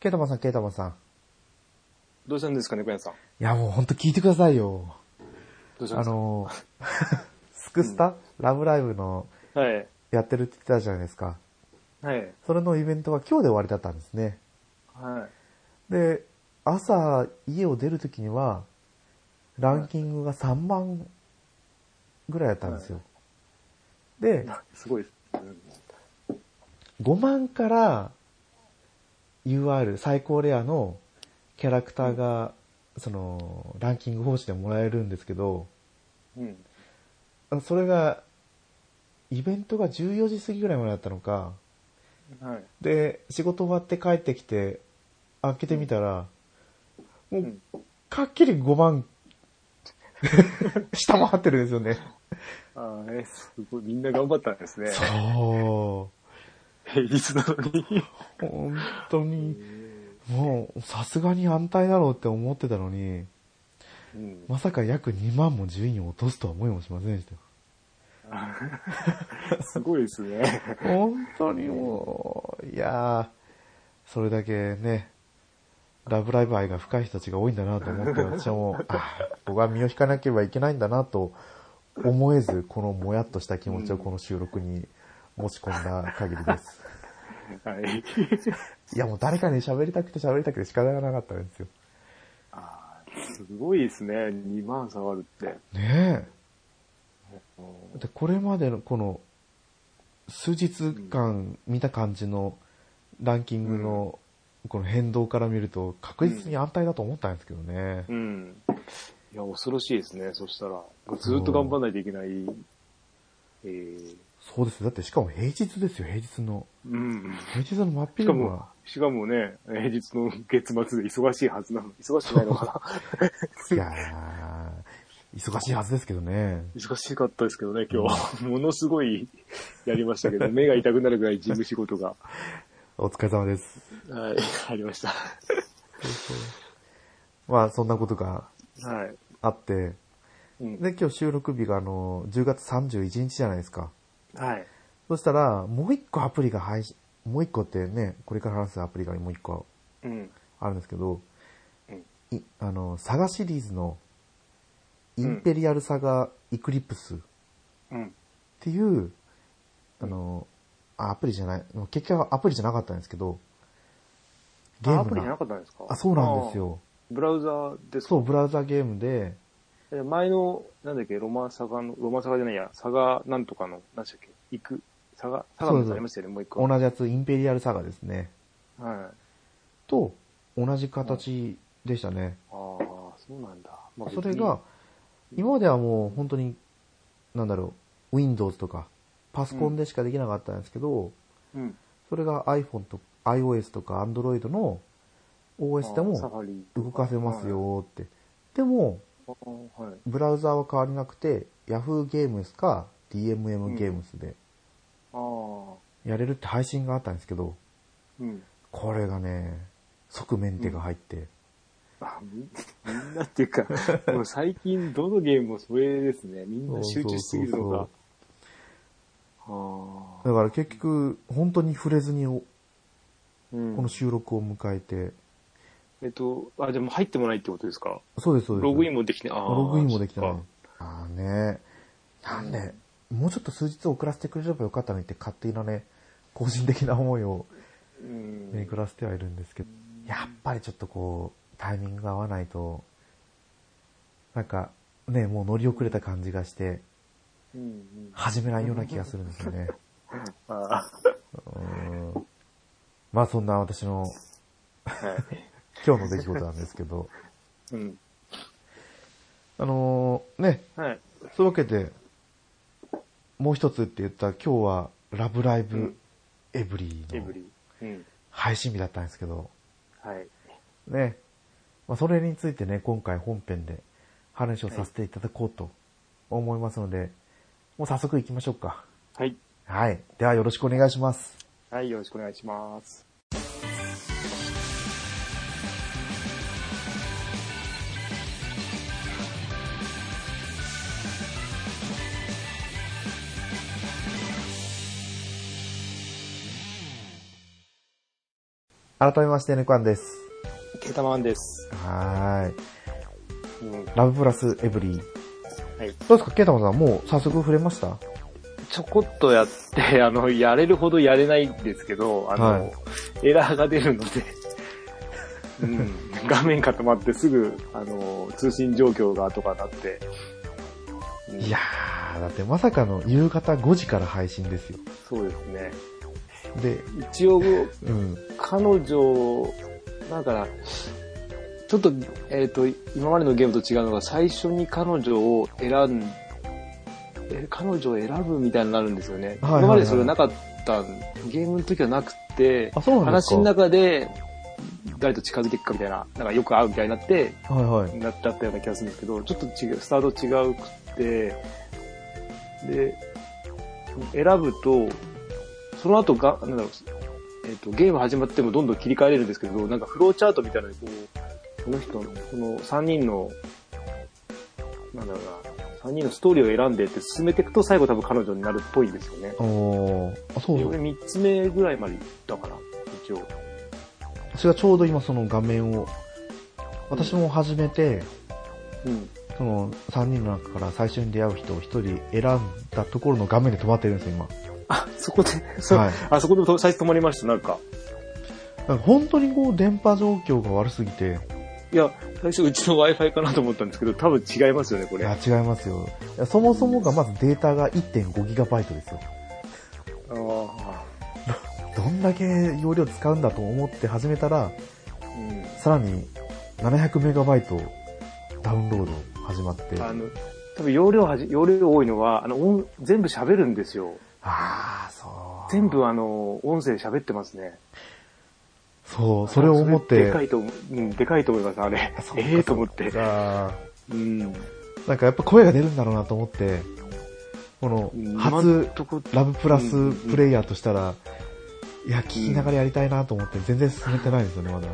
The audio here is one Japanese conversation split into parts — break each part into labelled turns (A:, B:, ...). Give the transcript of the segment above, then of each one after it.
A: ケイタマンさん、ケイタマンさん。
B: どうしたんですかね、小屋さん。
A: いや、もうほんと聞いてくださいよ。
B: どうした
A: あ
B: んですか
A: の、 スクスタ、ラブライブの
B: はい。
A: やってるって言ってたじゃないですか。
B: はい。
A: それのイベントが今日で終わりだったんですね。
B: は
A: で、朝、家を出るときには、ランキングが3万ぐらいだったんですよ。で
B: い。、すごいです。うん
A: 5万から UR、最高レアのキャラクターが、その、ランキング方式でもらえるんですけど、
B: うん。
A: あのそれが、イベントが14時過ぎぐらいまでだったのか、
B: はい。
A: で、仕事終わって帰ってきて、開けてみたら、も
B: う、
A: うんかっきり5万、 下回ってるんですよね。
B: ああ、え、すごい。みんな頑張ったんですね。
A: そ
B: 平日なのに。
A: う。本当に、もう、さすがに安泰だろうって思ってたのに、
B: うん。
A: まさか約2万も順位を落とすとは思いもしませんでしたよ。
B: すごいですね。
A: 本当にもう、いやー、それだけね、ラブライブ愛が深い人たちが多いんだなと思って、私はもう、あー僕は身を引かなければいけないんだなと思えず、このもやっとした気持ちをこの収録に持ち込んだ限りです。
B: はい。
A: いやもう誰かに喋りたくて喋りたくて仕方がなかったんですよ。
B: ああ、すごいですね。2万下がるって。
A: ね
B: うん
A: え。で、これまでのこの、数日間見た感じのランキングのこの変動から見ると確実に安泰だと思ったんですけどね。
B: うん。いや、恐ろしいですね。そしたら。ずっと頑張らないといけない。えー、
A: そうです。だってしかも平日ですよ、平日の。
B: うん。
A: 平日の真っ
B: しか
A: 昼
B: も
A: 間。、
B: しかもね、平日の月末で忙しいはずなの。忙しくないのか
A: いやー、忙しいはずですけどね。
B: な忙しかったですけどね、今日。 ものすごいやりましたけ ど、目が痛くなるぐらい事務仕事が、
A: お疲れ様です。
B: はい、ありました。
A: まあ、そんなことが
B: はい。
A: あって。
B: うん、
A: で、今日収録日があの、10月31日じゃないですか。
B: はい。
A: そしたら、もう一個アプリが配信、もう一個ってね、これから話すアプリがもう一個
B: うん。
A: あるんですけど、
B: うん
A: いあの、サガシリーズの、インペリアルサガイクリプス。
B: うん。
A: っていう、あの、あアプリじゃない、結局はアプリじゃなかったんですけど、ゲ
B: あ
A: ー
B: アプリ
A: ム
B: じゃな
A: が。
B: かったんですか
A: あ、そうなんです。よ。
B: あーブラウザーです
A: そ
B: か
A: う、ブラウザゲームで、
B: そう。前の、なんだっけ、ロマンサガの、ロマンサガじゃないや、サガなんとかの、なんでしたっけ、行く、サガ、サガのやつありましたよね、もう一個。
A: 同じやつ、インペリアルサガですね。
B: はい。
A: と、同じ形でしたね。
B: ああ、そうなんだ。まあ
A: それが、、
B: 別に
A: 今まではもう本当に、なんだろう、Windows とか、パソコンでしかできなかったんですけど、
B: うん。
A: それが iPhone と、iOS とか Android の OS で
B: あーサ
A: も
B: ファリ
A: 動かせますよーって。でも、
B: あーはい。
A: ブラウザーは変わりなくて、Yahoo ゲームスか DMM ゲームスで
B: ああ、
A: やれるって配信があったんですけど、
B: うん。
A: これがね、即メンテが入って、
B: あみ みんなってい うか、もう最近どのゲームもそれですね。みんな集中しすぎるのが。ああ。
A: だから結局、本当に触れずにお
B: うん
A: この収録を迎えて、
B: えっと、あ、でも入ってもないってことですか
A: そうです、そうです。
B: ログイン
A: も。
B: もできない。あー
A: ログインもできてない
B: そっか。
A: ああね、なんで、もうちょっと数日遅らせてくれればよかったのにって勝手なね、個人的な思いを
B: う
A: 巡
B: ん。
A: らせてはいるんですけど、やっぱりちょっとこう、タイミングが合わないと、なんか、ね、もう乗り遅れた感じがして、
B: うんうん、
A: 始めないような気がするんですよね。
B: あ
A: うんまあそんな私の
B: ーはい。
A: 今日の出来事なんですけど、
B: うん。
A: あのーね、
B: はい。
A: そういうわけで、もう一つって言った今日はラブライブエブリ
B: エ
A: ィ
B: ブ
A: の
B: リー。うん。
A: 配信日だったんですけど、
B: はい。
A: ね、まあ、それについてね、今回本編で話をさせていただこうと思いますので、もう早速行きましょうか。
B: はい。
A: はい。ではよろしくお願いします。
B: はい、よろしくお願いします。
A: 改めまして、ネコアンです。
B: ケタマンです。
A: はーい。
B: うん。は
A: ラブプラスエブリー。
B: い。
A: どうですか、ケイタマさん、もう早速触れました
B: ちょこっとやって、あ の、やれるほどやれないんですけど、あの、
A: はい
B: エラーが出 るので、うん、画面固まってすぐ、あの、通信状況がとかなって、うん
A: いやー、だってまさかの夕方5時から配信ですよ。
B: そうですね。
A: で、
B: 一応、
A: うん。
B: 彼女、だから、ちょっと、えっ、と、今までのゲームと違うのが、最初に彼女を選ん、え彼女を選ぶみたいになるんですよね。
A: はいはいはい
B: 今までそれなかったん、ゲームの時はなくて、
A: あ、そうなんです
B: 話
A: か
B: の中で、誰と近づいていくかみたいな、なんかよく会うみたいになって、
A: はいはい。
B: なったったような気がするんですけど、ちょっと違う、スタート違うくって、で、選ぶと、その後が、なんだろう、えっ、と、ゲーム始まってもどんどん切り替えれるんですけど、なんかフローチャートみたいなのにこう、この人の、この3人の、なんだろうな、3人のストーリーを選んでって進めていくと最後多分彼女になるっぽいんですよね。
A: おー、あ、そうそう。
B: 3つ目ぐらいまで行ったかな、一応。
A: 私がちょうど今その画面を、私も始めて、
B: うん。
A: その3人の中から最初に出会う人を1人選んだところの画面で止まってるんですよ、
B: あ、そこで、そ
A: 今。
B: う、
A: はい。
B: あそこでと最初止まりました、なんか。
A: なんか本当にこう電波状況が悪すぎて、
B: いや、最初うちの Wi-Fi かなと思ったんですけど、多分違いますよね、こ
A: い
B: れ。
A: や
B: あ、
A: 違いますよ。いやそもそもがまずデータが 1.5GB ですよ。
B: あ、
A: どんだけ容量使うんだと思って始めたら、
B: うん。
A: さらに 700MB ダウンロード始まって、
B: あ
A: あ
B: の、多分容量はじ、容量多いのは、あの、音全部喋るんですよ。
A: あー、そう。
B: 全部あの、音声喋ってますね。
A: そう、それを思っ
B: それで
A: て
B: か、いと思う、うん、でかいと思います、あれ
A: あそ。うか
B: ええと思って。
A: が
B: うん。
A: なんかやっぱ声が出るんだろうなと思って、この
B: 今
A: 初
B: んとこ、
A: ラブプラスプレイヤーとしたら、いや、聞きながらやりたいなと思って全然進めてないんですよね、まだ。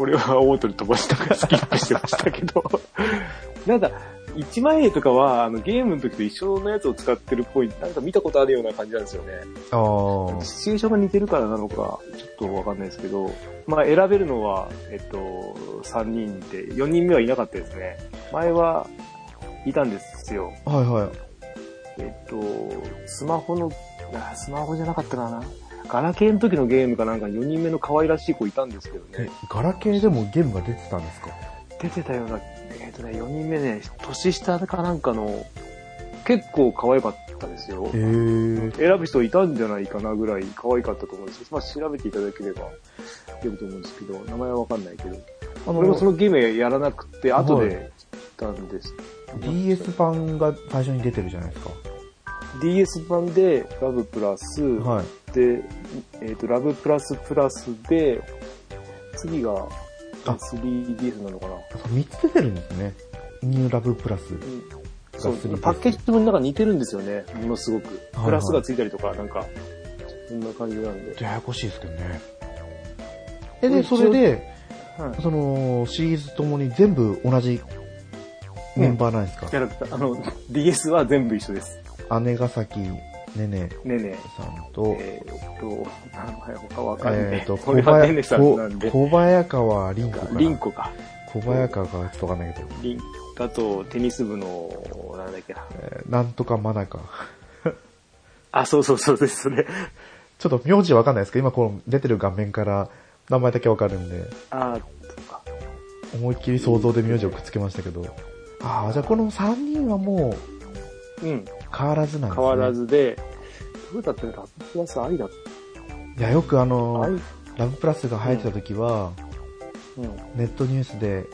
B: 俺はオートに飛ばしたからスキップしてましたけど。 なんか、1万円とかは、あの、ゲームの時と一緒のやつを使ってるっぽい、なんか見たことあるような感じなんですよね。
A: あー。
B: シチュエーションが似てるからなのか、ちょっとわかんないですけど、まあ選べるのは、えっと、3人で、4人目はいなかったですね。前はいたんですよ。
A: はいはい。
B: えっと、スマホの、あスマホじゃなかったかな。ガラケーの時のゲームかなんか4人目の可愛らしい子いたんですけど
A: え
B: ね。、
A: ガラケーでもゲームが出てたんですか
B: 出てたような、えっとね、4人目ね、年下かなんかの、結構可愛かったですよ。
A: えー。
B: 選ぶ人いたんじゃないかなぐらい可愛かったと思うんですけど、まあ調べていただければ出ると思うんですけど、名前はわかんないけど。
A: あ
B: 俺もそ
A: の、
B: のゲームやらなくて、
A: はい
B: 後で知ったんです。
A: DS 版が最初に出てるじゃないですか。
B: DS 版でラブプラス、
A: はい。
B: で、えっ、と、ラブプラスプラスで、次が
A: あ
B: 3DS なのかな。
A: あそう3つ出てるんですね。ニューラブプラス。
B: うんそう、
A: 3DS
B: パッケージもなんか似てるんですよね、ものすごく。
A: はい
B: プラスがついたりとか、なんか、そんな感じなんで。
A: ややこしいですけどね。え、
B: うん
A: で、それで、
B: はい
A: その、シリーズともに全部同じメンバーなんですか、
B: キャラクター、あの、DS は全部一緒です。
A: 姉ヶ崎ねね
B: ねえねえ。
A: さんと、
B: えーっと、名前他わかんない。
A: え っと、
B: こ
A: 小
B: れはねね
A: 林
B: さんなんで。
A: 小早川凛子かな。
B: リンコか。
A: 小早川がちょっとわかんないけど、
B: リン、あと、テニス部の、なんだっけな。
A: えーなんとかまなか。
B: あ、そうそうそうです、それ。
A: ちょっと名字わかんないですけど、今この出てる画面から名前だけわかるんで、
B: あ、そうか。
A: 思いっきり想像で名字をくっつけましたけど。ああ、じゃあこの3人はもう
B: うん、
A: 変わらずなんですね。
B: 変わら。ずで、どうだったのラブプラス愛だっ
A: いや、よくあ
B: た
A: の
B: 愛
A: ー、ラブプラスが入ってた時は、
B: うん、
A: ネットニュースで、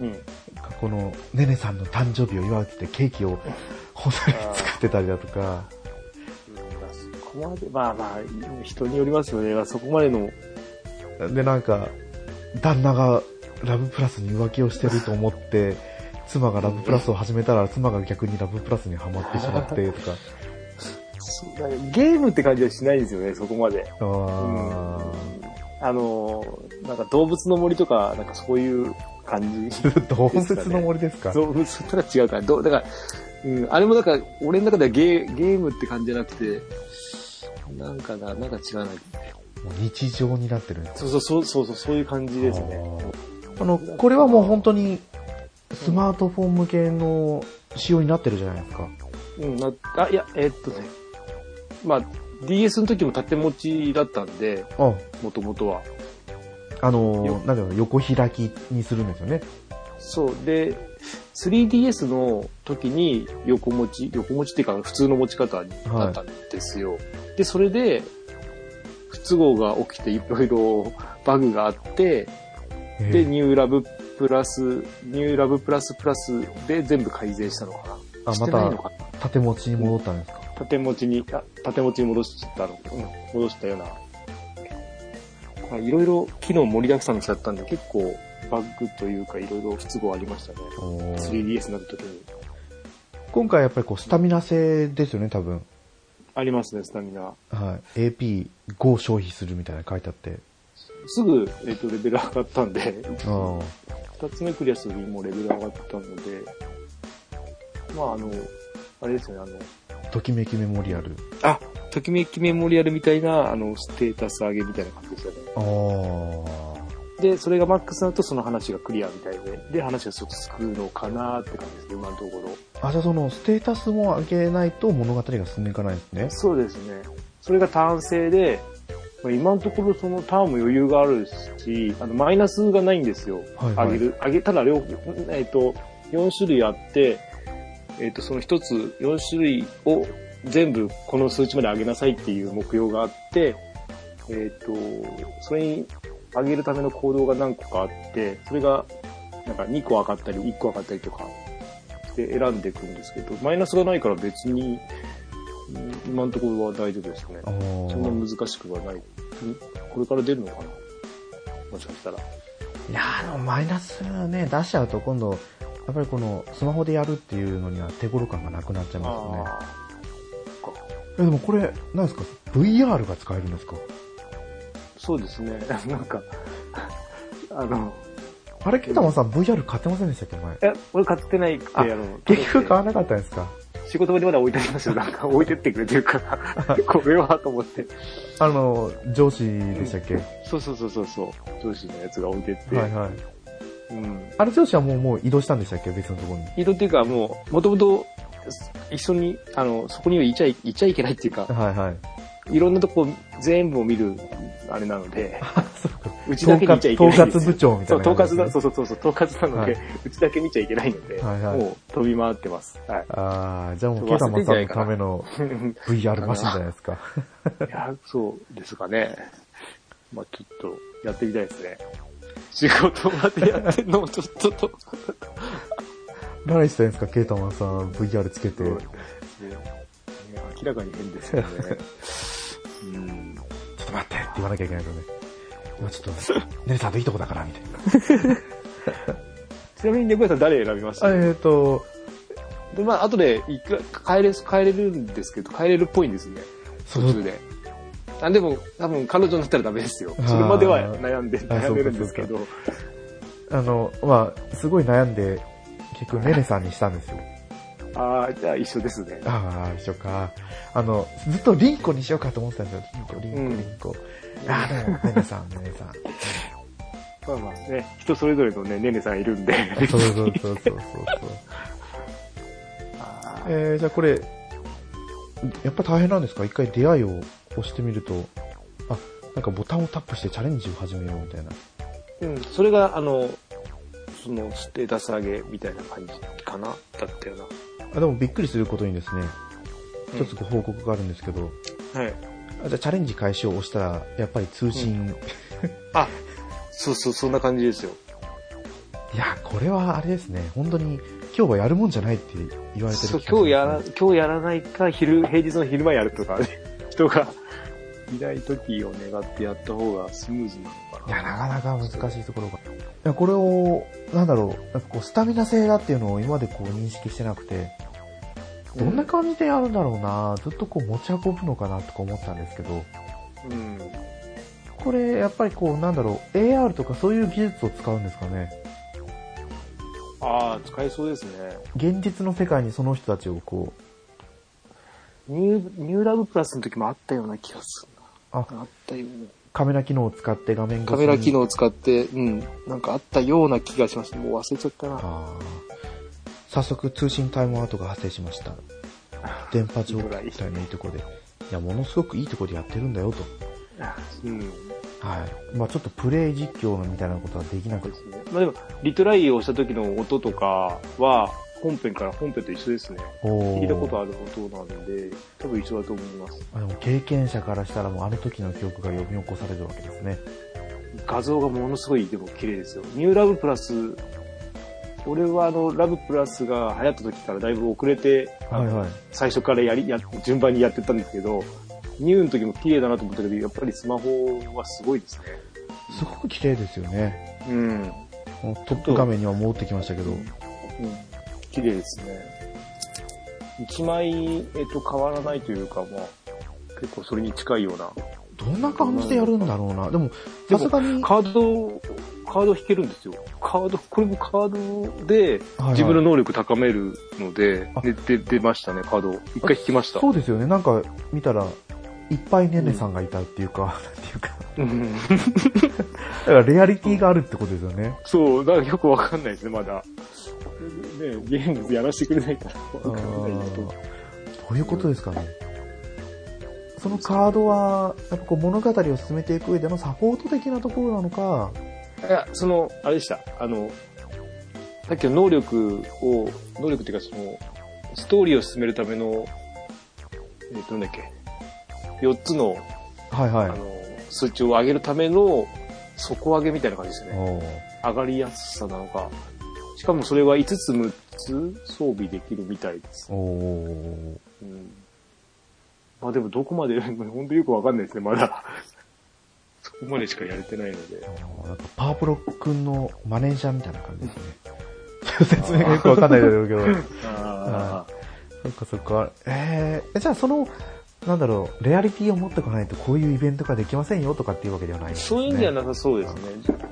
B: うん。
A: この、ねねさんの誕生日を祝うって言ってケーキを本当に作ってたりだとか、
B: そこまで、まあまあ、人によりますよね。そこまでの、
A: で、なんか、旦那がラブプラスに浮気をしてると思って、妻がラブプラスを始めたら、妻が逆にラブプラスにはまってしまって、とか。
B: そうだねゲームって感じはしないですよね、そこまで。
A: あ
B: あの、なんか動物の森とか、なんかそういう感じ。
A: ー動物の森ですか
B: 動物とか違うから、どうだから、うん、あれもだから、俺の中ではゲーゲームって感じじゃなくて、なんかな、なんか違うな。
A: もう日常になってるんです
B: そうそうそうそうそう、そういう感じですね。
A: あの、これはもう本当にスマートフォン向けの仕様になってるじゃないですか。
B: うん、な、あ、いや、えっとね。まあ、DS の時も縦持ちだったんで、
A: あ
B: もともとは。
A: あ
B: よ
A: の、なんだろう、横開きにするんですよね。
B: そう。で、3DS の時に横持ち、横持ちっていうか普通の持ち方だったんですよ。で、それで、不都合が起きていろいろバグがあって、で、
A: え
B: ニューラブプラス、ニューラブプラスプラスで全部改善したのか
A: え
B: な。
A: あ、
B: し
A: ま
B: てないの
A: た
B: かな
A: 縦持ちに戻ったんですか。
B: 縦持ちに、あ縦持ちに戻したの、うん戻したような。まあいろいろ機能盛りだくさんにしちゃったんで、結構バグというかいろいろ不都合ありましたね。
A: おー
B: 3DS になるときに。
A: 今回やっぱりこう、スタミナ性ですよね、多分。
B: ありますね、スタミナ。
A: はい。AP5 消費するみたいなの書いてあって。
B: すぐ、えっ、と、レベル上がったんで、
A: ああ。
B: 二つ目クリアするにもレベル上がったので、まあ、あの、あれですよね、
A: ときめきメモリアル。
B: あの、あ、ときめきメモリアルみたいな、あの、ステータス上げみたいな感じでしたね。
A: ああ。
B: で、それがマックスだとその話がクリアみたいで、で、話がちょっとつくのかなって感じですね、今のところ。
A: あ、じゃあその、ステータスも上げないと物語が進んでいかないんですね。
B: そうですね。それが単性で、まあ、今のところそのターンも余裕があるし、あのマイナスがないんですよ。
A: はいはい
B: 上げる、上げ、ただ両方、えっ、と、4種類あって、えっ、と、その1つ、4種類を全部この数値まで上げなさいっていう目標があって、えっ、と、それに上げるための行動が何個かあって、それがなんか2個上がったり1個上がったりとかで選んでいくんですけど、マイナスがないから別に、うん今のところは大丈夫ですね
A: あ。
B: そんな
A: あ。
B: 難しくはない。んこれから出るのかなもしかしたら。
A: いやー、でもマイナスね、出しちゃうと今度、やっぱりこの、スマホでやるっていうのには手頃感がなくなっちゃいますよね。
B: あ
A: え、でもこれ、何ですか ?VR が使えるんですか
B: ーそうですね。 なんか、あの、
A: あれ、ケンタマンさん VR 買ってませんでしたっけ前。
B: え、俺買ってないって、
A: あ
B: あの、
A: 結局買わなかったんですか
B: 仕事場でまだ置いてありますよ。なんか置いてってくれてる から、これはと思って。
A: あの、上司でしたっけ、
B: そうそうそうそうそう。上司のやつが置いてって。
A: はいはい。
B: うん。
A: あれ上司はもう、もう移動したんでしたっけ別のところに。
B: 移動っていうかもう、もともと、一緒に、あの、そこにはいちゃい、いちゃいけないっ ていうか、
A: はいはい。
B: いろんなとこ全部を見る、あれなので、
A: あ、そう か。
B: うち
A: 統
B: だけ見ちゃ
A: 括、
B: いけ
A: 統
B: ないんです
A: 括
B: よ。
A: 部長みた
B: そ、
A: いうな
B: 統
A: 感じ
B: 括
A: で
B: だ、
A: すね、
B: そうそうそうそう、統括なので、うちだけ見ちゃいけないので、
A: はいはい
B: もう飛び回ってます。はい。
A: ああ、じゃあもう、
B: ちょ
A: ケ
B: っと
A: タ
B: 忘
A: マ
B: れてんじ
A: さ
B: ゃ
A: ん
B: な
A: の
B: いか
A: た
B: な
A: めの VR マシンじゃないです か。
B: いや、そうですかね。まあちょっと、やってみたいですね。仕事までやってんのもちょっとと。
A: 何してんですかケタマンさん VR つけて。
B: うん
A: ち
B: い
A: ょ
B: や明らかに変ですよね。うん。
A: っと待ってって言わなきゃいけないとね。今ちょっと、ネルさんといいとこだから、みたいな。
B: ちなみに猫屋さん誰選びました
A: あえっ、ー、と、
B: で、まあ後でいくら、帰れ、帰れるんですけど、帰れるっぽいんですね。
A: そ
B: 途
A: の
B: 中で。あでも、多分彼女になったらダメですよ。それまでは悩んで、
A: あー
B: 悩んでるんですけど。
A: あの、まあ、すごい悩んで、結局、ネネさんにしたんですよ。
B: ああ、じゃあ一緒ですね。
A: ああ、一緒か。あの、ずっとリンコにしようかと思ってたんですよ。リンコ、リンコ、リンコ。ああ、でも、ネネさん、ネネさん。
B: まあまあね、人それぞれのね、ねねさんいるんで。
A: そうそうそうそうそうそう。
B: あー
A: えー、じゃあこれ、やっぱ大変なんですか一回出会いを押してみると、あ、なんかボタンをタップしてチャレンジを始めようみたいな。
B: うん、それが、あの、その、ステータス上げみたいな感じかなだったよな。
A: あ、でもびっくりすることにですね、
B: うん
A: 一つご報告があるんですけど、
B: はい。
A: あじゃあチャレンジ開始を押したら、やっぱり通信、い
B: あ、そうそう、そんな感じですよ。
A: や、これはあれですね、本当に今日はやるもんじゃないって言われてる
B: そう
A: 気がしますね、
B: 今日やら、今日やらないか、昼、平日の昼間やるとかね、 人がいない時を願ってやった方がスムーズなの
A: い
B: か
A: や、な
B: な。
A: かなか難しいところが。いや、これを、なんだろう、なんかこう、スタミナ性だっていうのを今までこう認識してなくて、どんな感じでやるんだろうなずっとこう持ち運ぶのかなとか思ったんですけど、
B: うん。
A: これ、やっぱりこう、なんだろう、AR とかそういう技術を使うんですかね。
B: ああ、使えそうですね。
A: 現実の世界にその人たちをこう、
B: ニュー、ニューラブプラスの時もあったような気がする
A: あ、
B: な。あったような。
A: カメラ機能を使って画面越
B: カ
A: しに
B: メラ機能を使って、うん、なんかあったような気がします。もう忘れちゃったな。
A: あー早速通信タイムアウトが発生しました。電波状態のいいとこで。いや、ものすごくいいとこでやってるんだよと。
B: うん。
A: はい。まあちょっとプレイ実況のみたいなことはできなく
B: で
A: て。
B: すね。まあでも、リトライをした時の音とかは、本編から本編と一緒ですね。
A: おー
B: 聞いたことある音なんで、多分一緒だと思います。
A: あでも経験者からしたらもうあの時の記憶が呼び起こされるわけですね。
B: 画像がものすごい、でも綺麗ですよ。ニューラブプラス、俺はあの、ラブプラスが流行った時からだいぶ遅れて、
A: はいはい。
B: 最初からやり、や、順番にやってったんですけど、ニューの時も綺麗だなと思ったけど、やっぱりスマホはすごいですね。
A: すごく綺麗ですよね。
B: うん。
A: もうトップ画面には戻ってきましたけど。
B: うん、綺麗ですね。一枚、えっと、変わらないというか、まあ、結構それに近いような。
A: どんな感じでやるんだろうな。でも、
B: で
A: さ
B: も
A: すがに、
B: カード、カード引けるんですよ。カード、これもカードで
A: はいはい
B: 自分の能力高めるので、
A: あ
B: でで出ましたね、カード。一回引きました。
A: そうですよね。なんか見たら、いっぱいねねさんがいたっていうか、なんていうか。
B: うん
A: だからレアリティがあるってことですよね。
B: そう、だからよくわかんないですね、まだ。ね、ゲームやらせてくれないから、わかんないですけど。
A: どういうことですかね。そのカードは、やっぱこう物語を進めていく上でのサポート的なところなのか、
B: いや、その、あれでした。あの、さっきの能力を、能力っていうかその、ストーリーを進めるための、えっと、なんだっけ、4つの、
A: はいは
B: あ
A: い。
B: の、数値を上げるための底上げみたいな感じですね。
A: おー
B: 上がりやすさなのか。しかもそれは5つ6つ装備できるみたいです。
A: おー
B: うん。まあでもどこまで、 本当よくわかんないですね、まだ。 そこまでしかやれてないので。
A: なんかパープロ君のマネージャーみたいな感じですね。 説明がよくわかんないだろうけ ど。
B: あ
A: そっかそっか。えー、じゃあその、なんだろう、レアリティを持ってこないとこういうイベントができませんよとかっていうわけではないんです、ね。
B: そういうんじゃなさそうですね。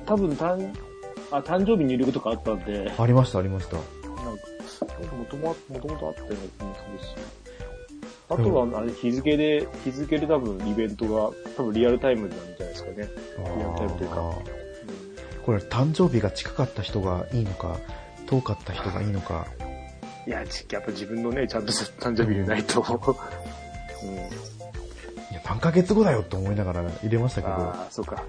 B: 多分誕、あ、誕生日入力とかあったんで、なんか、
A: ありましたありました。
B: もともと、もともとあったような気もするし。あとは、あれ、日付で、日付で多分イベントが、多分リアルタイムなんじゃないですかね。リアルタイムというか
A: あーこれ誕生日が近かった人がいいのか、遠かった人がいいのか。
B: いや、ちやっぱ自分のね、ちゃんとした誕生日入れないと。うん。
A: いや、何ヶ月後だよって思いながら入れましたけど。
B: ああ、そうか。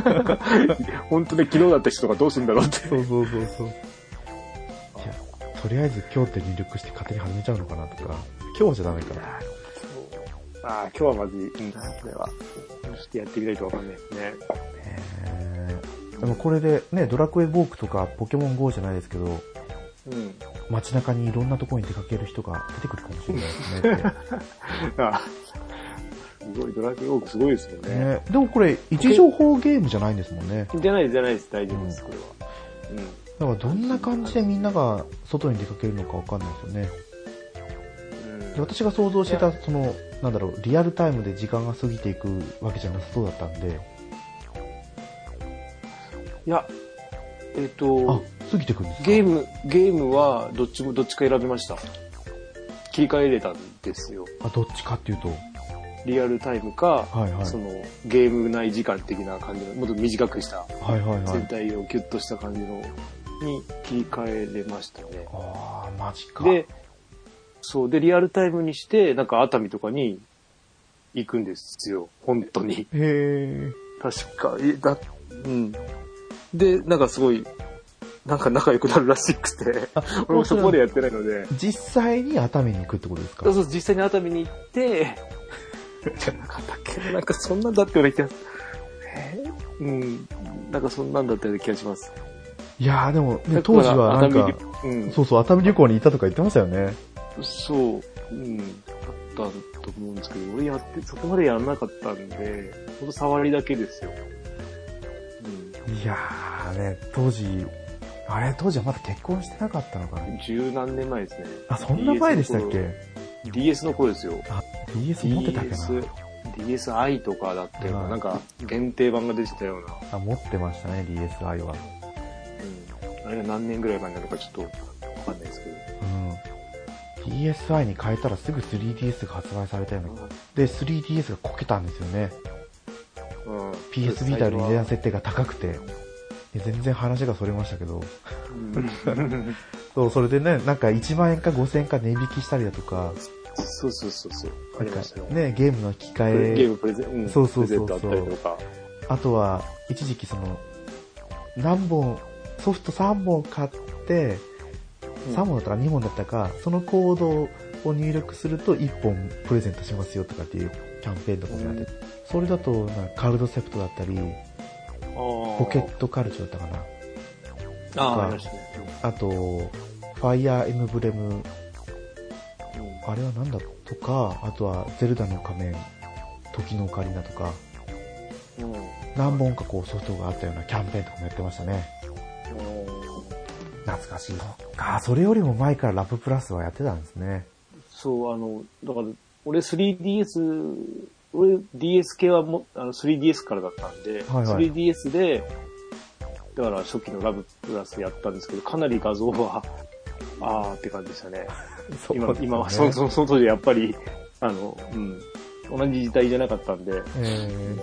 B: 本当ね、昨日だった人がどうするんだろうって。
A: そうそうそうそう。いや、とりあえず今日って入力して勝手に始めちゃうのかなとか。今日じゃダメかな。
B: ああ、今日はまずい。うん、これは。ちょっとやってみないとわかんないですね。
A: へーでもこれでね、ドラクエウォークとかポケモン GO じゃないですけど、
B: うん。
A: 街中にいろんなところに出かける人が出てくるかもしれないですねっ
B: あすごい、ドラクエウォークすごいですよ
A: て。
B: ね。
A: ねでもこれ、位置情報ゲームじゃないんですもんね。
B: じゃないです、じゃないです、大丈夫です、これは。うん。
A: だからどんな感じでみんなが外に出かけるのかわかんないですよね。で
B: うん、
A: 私が想像してた、その、なんだろう、リアルタイムで時間が過ぎていくわけじゃなさそうだったんで、
B: いや、えっ、
A: あ
B: と、、
A: 過ぎていくんですか
B: ゲーム、ゲームはどっちも、どっちか選びました。切り替えれたんですよ。
A: あ、どっちかっていうと、
B: リアルタイムか、
A: はいはい
B: その、ゲーム内時間的な感じの、もっと短くした、
A: はいはいは
B: 全
A: い。
B: 体をギュッとした感じの、に切り替えれましたね。
A: あー、マジか。
B: で、そう、で、リアルタイムにして、なんか熱海とかに行くんですよ。本当に。
A: へー。
B: 確か、え、だ、うん。で、なんかすごい、なんか仲良くなるらしくて、俺もそこまでやってないので、
A: 実際に熱海に行くってことですか
B: そうそう、実際に熱海に行って、じゃなかったっけなんかそんなんだったような気が、えーうん、なんかそんなんだったような気がします。
A: いやーでも、ね、
B: だから
A: 当時はなんか
B: 熱、海にうん、
A: そうそう、熱海旅行にいたとか言ってましたよね。
B: そう、うん、だったと思うんですけど、俺やって、そこまでやらなかったんで、ほんと触りだけですよ。
A: いやーね、当時、あれ、当時はまだ結婚してなかったのか
B: う
A: な。
B: ん、十何年前ですね。
A: あ、そんな前でしたっけ
B: DS の頃ですよ。
A: ?DS 持ってたっけな
B: DS、DSi とかだったよう
A: う
B: な、
A: ん
B: なんか限定版が出てたような、
A: あ、持ってましたね、DSi は。
B: うん、あれが何年ぐらい前になるかちょっとわかんないですけど。
A: うん。DSi に変えたらすぐ 3DS が発売されたような。で、3DS がこけたんですよね。
B: うん、
A: PS ビーターの値段設定が高くて、全然話がそれましたけど、
B: うん
A: そう、それでね、なんか1万円か5000円か値引きしたりだとか、
B: そうそうそうそう。あ
A: なん
B: り
A: か
B: ましたよ。
A: ね、ゲームの機
B: ゲー
A: 械、
B: ムプレゼン、うん、
A: そうそうそうそう
B: プレゼントあったりとか。
A: あとは、一時期その、何本、ソフト3本買って、3本だったか2本だったか、そのコードを入力すると1本プレゼントしますよとかっていうキャンペーンとかもやってて、それだと、なんかカルドセプトだったり、ポ
B: ポ
A: ケットカルチャーだったかな。
B: トあーありましたね。
A: あと、ファイアーエムブレム、あれはなんだとか、あとはゼルダの仮面、時のオカリナとか、
B: うんうんうん
A: 何本かこうソフトがあったようなキャンペーンとかもやってましたね。懐かしい。あ、それよりも前からラッププラスはやってたんですね。
B: そう、あの、だから、俺 3DS、俺 DS 系はもあの 3DS からだったんで、
A: はいはい
B: 3DS で、だから初期のラブプラスやったんですけど、かなり画像は、あーって感じでしたね。今、今は、そ
A: そう
B: の
A: ですね
B: その当時やっぱり、あの、うん、同じ時代じゃなかったんで、
A: えー、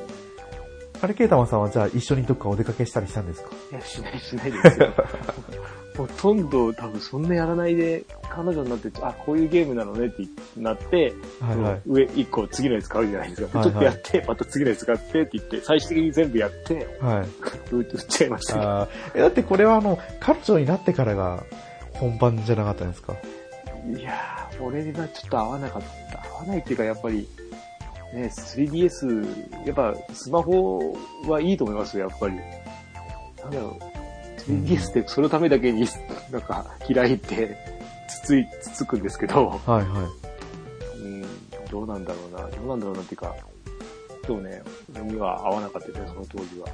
A: あれ、ケイタマンさんはじゃあ一緒にどっかお出かけしたりしたんですか
B: いや、しない、しないで すよ。ほとんど多分そんなやらないで、彼女になって、あ、こういうゲームなのねってなって、
A: はいはい。
B: 上1個次のやつ買うじゃないですか。
A: はいはい
B: ちょっとやって、また次のやつ買ってって言って、最終的に全部やって、
A: はい。
B: う売っちゃいましたけ ど。
A: あーえだってこれはあの、彼女になってからが本番じゃなかったんですか
B: いやー、俺がちょっと合わなかった。合わないっていうか、やっぱり、ね、3DS、やっぱスマホはいいと思いますよ、やっぱり。なんだろう。3DS ってそのためだけに、 なんか、開いて、つつい、つつくんですけど、
A: はいはい。
B: うん、どうなんだろうな、どうなんだろうなっていうか、そうね、俺には合わなかったですね、その当時は。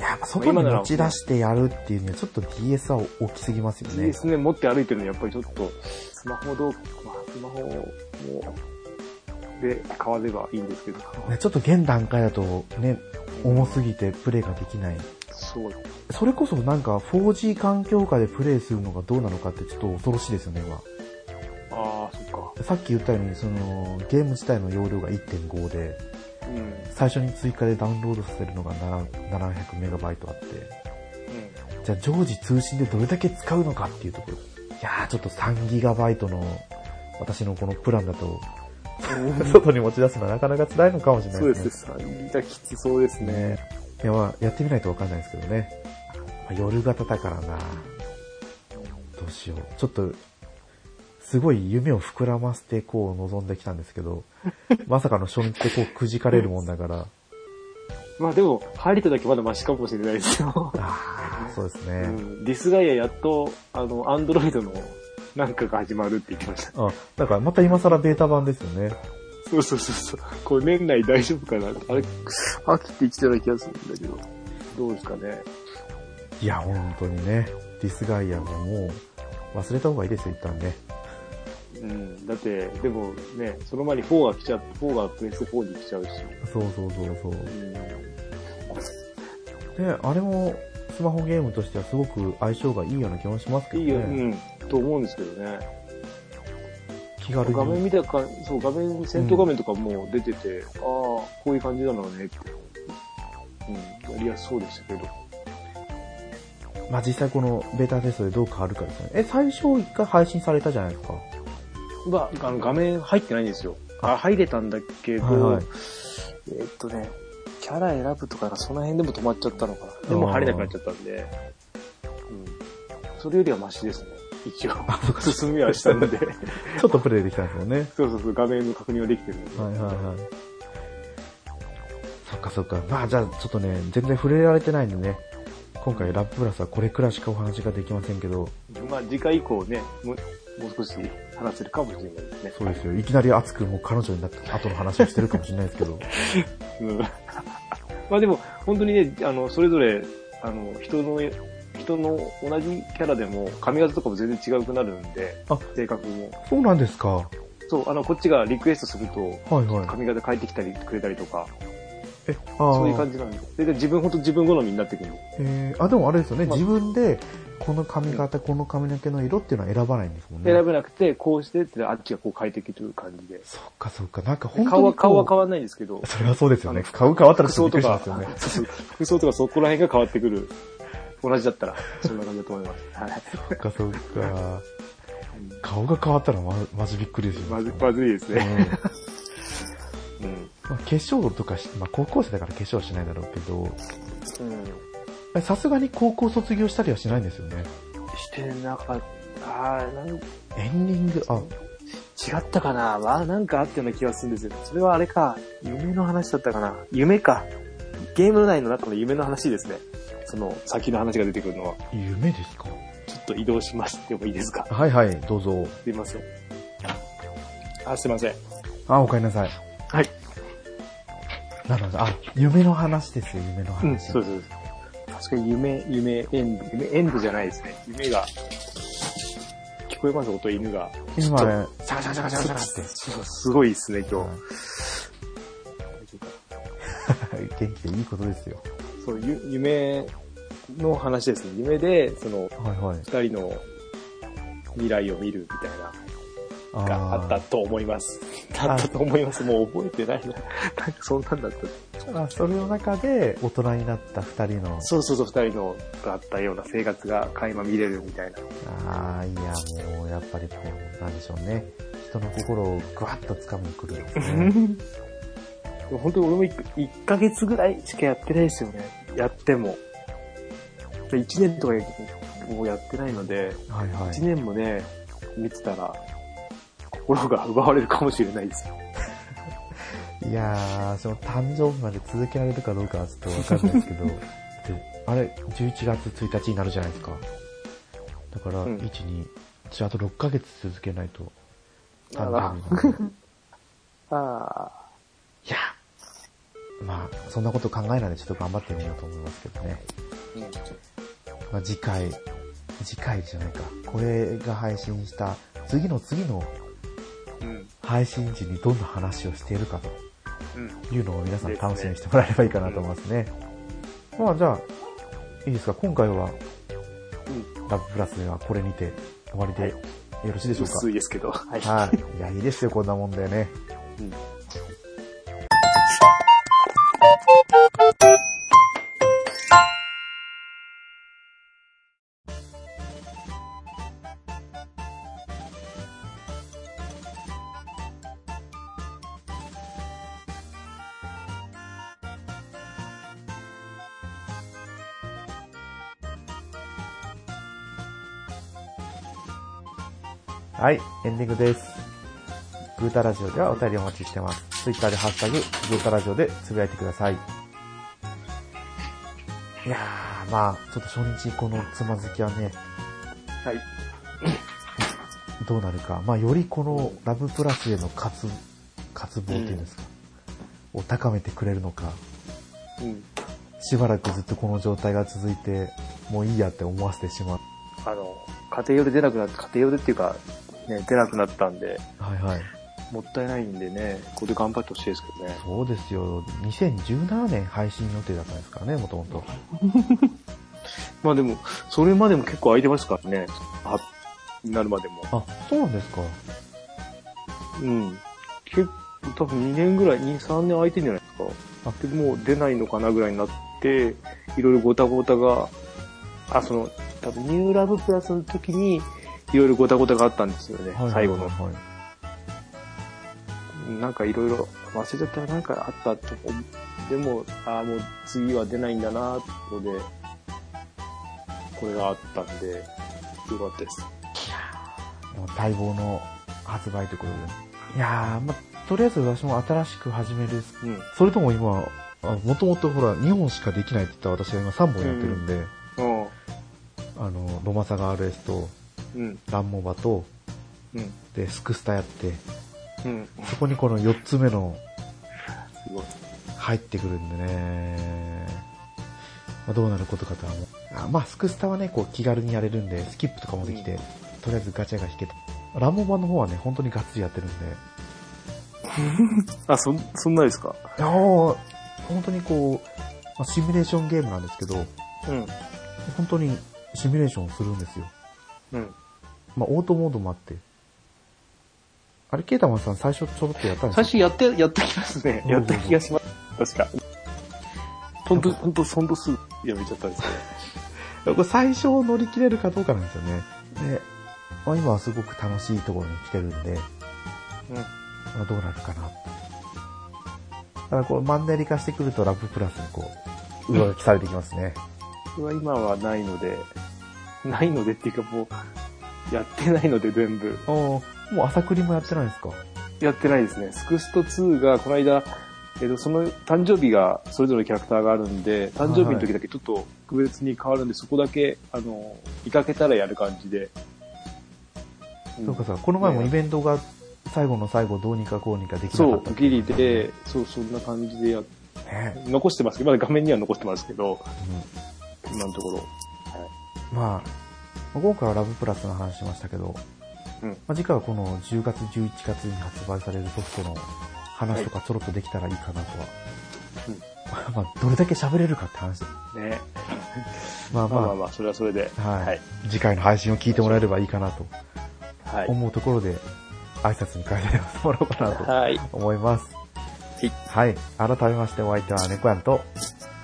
A: やっぱ外に持ち出してやるっていうにはちょっと DS は大きすぎますよね。
B: ですね、持って歩いてるのやっぱりちょっと、スマホどう、まあ、スマホも、で、買わればいいんですけど。
A: ねちょっと現段階だとね、 重すぎてプレイができない。
B: そう。
A: それこそなんか 4G 環境下でプレイするのがどうなのかってちょっと恐ろしいですよね、今。
B: ああ、そっか。
A: さっき言ったように、その、ゲーム自体の容量が1.5で、
B: うん。うん。
A: 最初に追加でダウンロードさせるのが700メガバイトあって、じゃあ常時通信でどれだけ使うのかっていうところ。いやー、ちょっと3ギガバイトの、私のこのプランだ と、 外に持ち出すのはなかなか辛いのかもしれない
B: そうですね、三人じゃきつそうですね。
A: ねいや、まあ、やってみないとわかんないですけどね。まあ夜型だからなどうしよう。ちょっと、すごい夢を膨らませてこう望んできたんですけ ど、まさかの初日ってこうくじかれるもんだから、
B: まあでも、入れただけまだマシかもしれないですよ。
A: ああ、そうです
B: う
A: ね。
B: ん。ディスガイアやっと、あの、アンドロイドのなんかが始まるって言ってました。
A: あ、だからまた今更ベータ版ですよね。
B: そうそうそうそう。これ年内大丈夫かなあれ、飽きて言ってたような気がするんだけど。どうですかね。
A: いや、本当にね、ディスガイアももう忘れた方がいいですよ、一旦ね。
B: うん、だって、でもね、その前に4が来ちゃって、4がプレス4に来ちゃうし。
A: そうそうそうそう。
B: うん。
A: で、あれもスマホゲームとしてはすごく相性がいいような気もしますけど
B: い
A: ね。
B: いよ、うん、と思うんですけどね。
A: 気軽に。
B: 画面見たか、そう、画面、戦闘画面とかもう出てて、ああ、こういう感じなのねって。うん、やりやすそうでしたけど。
A: まあ、実際このベータテストでどう変わるかですよね。え、最初一回配信されたじゃないですか。
B: まあ、あの画面入ってないんですよ。あ、入れたんだけど、
A: はいはい
B: えーっとね、キャラ選ぶとかがその辺でも止まっちゃったのかな。でも
A: あー
B: 入れなくなっちゃったんで、うん。それよりはマシですね。一 応。進みはしたので。
A: ちょっとプレイできたんですもんね。
B: そうそうそう、画面の確認はできてるので。
A: はいはいはい。そっかそっか。まあじゃあちょっとね、全然触れられてないんでね。今回ラッププラスはこれくらいしかお話ができませんけど、
B: まあ、次回以降ね、もうもう少し話せるかもしれないですね。
A: そうですよ。いきなり熱くもう彼女になった後の話をしてるかもしれないです けど。
B: うん まあでも、本当にね、あの、それぞれ、あの、人の、人の同じキャラでも、髪型とかも全然違うくなるんで、
A: あ
B: 性格も。
A: そうなんですか。は
B: そう、あの、こっちがリクエストすると、
A: いはい。
B: 髪型変えてきたりくれたりとか、
A: え、ああ。
B: そういう感じなんで。それで自分、本当自分好みになってくるの。
A: えーあ、でもあれですよね。
B: まあ
A: 自分で、この髪型、この髪の毛の色っていうのは選ばないんですもんね。
B: 選べなくて、こうしてって、あっちがこう快適という感じで。
A: そっかそっか。なんか
B: で
A: 本当に
B: 顔は、顔は変
A: わ
B: わんないんですけど、
A: それはそうですよね。
B: あの
A: 顔変わったら
B: 服
A: ちょ
B: 装
A: っとび
B: と
A: っくりし
B: か、
A: ますよね。
B: そうそう服装とかそこら辺が変わってくる。同じだったら、そんな感じだと思い ます。はい。
A: そっかそっか。顔が変わったらま、まじびっくりしま
B: ますず
A: よ、ね。
B: まずいです
A: うん
B: ね。うん。
A: まあ、化粧とかし、まあ、高校生だから化粧はしないだろうけど、
B: うん。
A: さすがに高校卒業したりはしないんですよね。
B: してなかった。ああ、なん違
A: エンディング、あ、
B: ったかなまあ、なんかあったような気がするんですよ。それはあれか、夢の話だったかな夢か。ゲーム内の中の夢の話ですね。その、先の話が出てくるのは、
A: 夢ですか
B: ちょっと移動しましてもいいですか
A: はいはい、どうぞ。
B: 出ますよ。あ、すいません。
A: あ、おかえりなさい。
B: はい。
A: なるほど。あ、夢の話ですよ、夢の
B: うん、
A: 話。
B: そうですそうです。確かに夢、夢、エンド、夢、エンドじゃないですね。夢が、聞こえます音、犬が。
A: 今
B: ちょ
A: ね、
B: シャカシャカシャカシャカシャカって。
A: スッ
B: そうすごいですね、今
A: はい 元気でいいことですよ。
B: 日。そう、ゆ夢の話ですね。夢で、その、
A: はいはい。
B: 二人の未来を見るみたいな、
A: あ
B: があったと思います。あったと思います。もう覚えてないな。なんかそんなんだった。
A: た。あそれの中で、大人になった二人の、
B: そうそうそう、二人のがあったような生活が垣間見れるみたいな。
A: ああ、いや、もう、やっぱりこう、なんでしょうね。人の心をぐわっと掴むくるですね。
B: 本当に俺も 1, ヶ月ぐらいしかやってないですよね。やっても。1年とかもうやってないので、
A: はいは
B: 1
A: い。
B: 年もね、見てたら、心が奪われるかもしれないですよ。
A: いやー、その誕生日まで続けられるかどうかはちょっとわかんないですけ ど、であれ、11月1日になるじゃないですか。だから、
B: うん
A: 1、2、じゃああと6ヶ月続けないと、
B: あ
A: 誕
B: ら
A: 生日まで。
B: あ
A: いや、まあ、そんなこと考えないでちょっと頑張ってみようと思いますけどね。
B: ー、うん
A: まあ、次回、次回じゃないか。これが配信した、次の次の
B: うん。
A: 配信時にどんな話をしているかと
B: うん。
A: いうのを皆さん
B: ですね
A: 楽しみにしてもらえればいいかなと思いますね。まあじゃあ、いいですか今回は、ラブプラスではこれにて終わりでよろしいでしょうか
B: 薄いですけど。はい。
A: はい。いや、いいですよ、こんなもんでね。
B: うん
A: はい、エンディングです。グータラジオではお便りお待ちしてます。ツイッターでハッシュタグ、グータラジオでつぶやいてください。いやー、まあ、ちょっと初日このつまずきはね、
B: はい。
A: どうなるか。まあ、よりこのラブプラスへの渇、渇望っていうんですか、を高めてくれるのか、
B: うん。
A: しばらくずっとこの状態が続いて、もういいやって思わせてしまう。
B: あの、家庭用で出なくなって、家庭用でっていうか、ね、出なくなったんで、
A: はいはい。
B: もったいないんでね、ここで頑張ってほしいですけどね。
A: そうですよ。2017年配信予定だったんですからね、もともと。
B: まあでも、それまでも結構空いてますからね。は、なるまでも。
A: あ、そうなんですか。
B: うん。結構、多分2年ぐらい、2、3年空いてんじゃないですか。
A: あ
B: でもう出ないのかなぐらいになって、いろいろごたごたが、あ、その、多分ニューラブプラスの時に、いろいろごたごたがあったんですよね。
A: はい
B: 最後の。
A: はい
B: なんかいろいろ忘れちゃったらなんかあったと思うでも、ああ、もう次は出ないんだなってことで、これがあったんで、よかったです。
A: もう待望の発売ということで。いやー、まあ、とりあえず私も新しく始める。
B: うん。
A: それとも今、あもともとほら、2本しかできないって言った私が今3本やってるんで、
B: うん。
A: あの、ロマサガ RS と、
B: うん。
A: ランモバと、
B: うん。
A: で、スクスタやって、
B: うん。
A: そこにこの4つ目の
B: すごい。
A: 入ってくるんでね、まあ、どうなることかとはもう。あまあ、スクスタはね、こう気軽にやれるんで、スキップとかもできて、
B: う
A: とりあえずガチャが引けた。ランモバの方はね、本当にガッツリやってるんで、
B: あ、そん、そんなですか
A: いやもう本当にこう、まあシミュレーションゲームなんですけど、
B: うん。
A: 本当にシミュレーションをするんですよ。
B: うん。
A: まあ、オートモードもあって。あれ、ケータマンさん最初ちょろっとやったんです
B: 最初やって、やった気がするね。
A: うん
B: やった気がします。確か。ほんと、ほんと、そんとすぐやめちゃったんですけ
A: これ最初を乗り切れるかどうかなんですよね。で、まあ、今はすごく楽しいところに来てるんで、
B: ど。うん。
A: まあ、どうなるかな。だからこう、マンネリ化してくるとラブプラスにこう、上書きされてきますね。
B: 僕は今はないので、ないのでっていうかもう、やってないので全部。
A: ああ、もう朝栗もやってないんですか
B: やってないですね。スクスト2が、この間、えっと、その誕生日が、それぞれのキャラクターがあるんで、誕生日の時だけちょっと特別に変わるんで、そこだけ、あの、いたけたらやる感じで。ん
A: そうかさ、この前もイベントが最後の最後どうにかこうにかできなか
B: そ
A: った
B: う、
A: ってい
B: ギ
A: う
B: リで、そう、そんな感じでや、
A: ね、
B: 残してますけど、まだ画面には残ってますけど、今のところ。
A: うんまあ、今回はラブプラスの話しましたけど、
B: うん
A: まあ、次回はこの10月、11月に発売されるソフトの話とかちょろっとできたらいいかなとは。
B: うん
A: まあ、どれだけ喋れるかって話です。
B: ね。
A: まあ
B: まあまあ
A: ま
B: まあ、それはそれで。
A: あ、はい、
B: はい。
A: 次回の配信を聞いてもらえればいいかなと
B: はい。
A: 思うところで、挨拶に変えてもらおうかなと
B: はい。
A: 思います。
B: い
A: はい。改めましてお相手は猫やんと、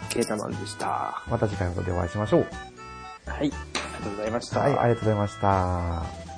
B: ケータマンでした。
A: また次回のことでお会いしましょう。
B: はい。ありがとうございました。
A: はい、ありがとうございました。